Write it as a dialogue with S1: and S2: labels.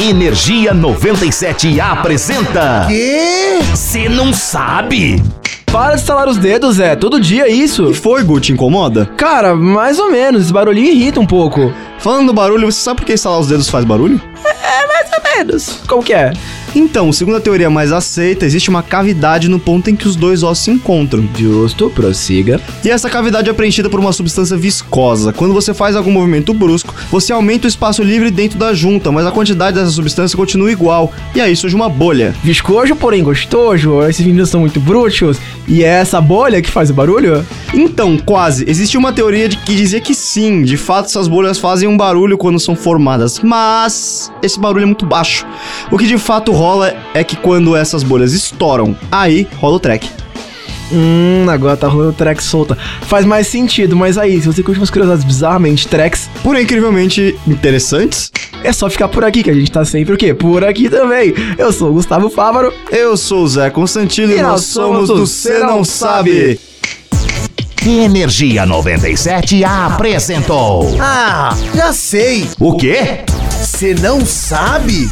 S1: Energia 97 apresenta.
S2: Quê?
S1: Você não sabe?
S3: Para de estalar os dedos, é. Todo dia é isso.
S2: O que foi, Gu? Te incomoda?
S3: Cara, mais ou menos. Esse barulhinho irrita um pouco.
S2: Falando do barulho, você sabe por que estalar os dedos faz barulho?
S3: Mais ou menos. Como que é?
S2: Então, segundo a teoria mais aceita, existe uma cavidade no ponto em que os dois ossos se encontram.
S3: Justo, prossiga.
S2: E essa cavidade é preenchida por uma substância viscosa. Quando você faz algum movimento brusco, você aumenta o espaço livre dentro da junta, mas a quantidade dessa substância continua igual. E aí surge uma bolha.
S3: Viscojo, porém gostoso. Esses meninos são muito bruxos. E é essa bolha que faz o barulho?
S2: Então, quase, existia uma teoria de que dizia que sim, de fato essas bolhas fazem um barulho quando são formadas, mas esse barulho é muito baixo. O que de fato rola é que quando essas bolhas estouram, aí rola o track.
S3: Hum, agora tá rolando track solta. Faz mais sentido, mas aí, se você curte umas curiosidades bizarramente tracks,
S2: Porém, incrivelmente interessantes,
S3: é só ficar por aqui, que a gente tá sempre o quê? Por aqui também. Eu sou o Gustavo Fávaro.
S2: eu sou o Zé Constantino e nós somos do Cê Não Sabe.
S1: Energia 97 apresentou.
S4: Ah, já sei.
S1: O quê?
S4: Você não sabe?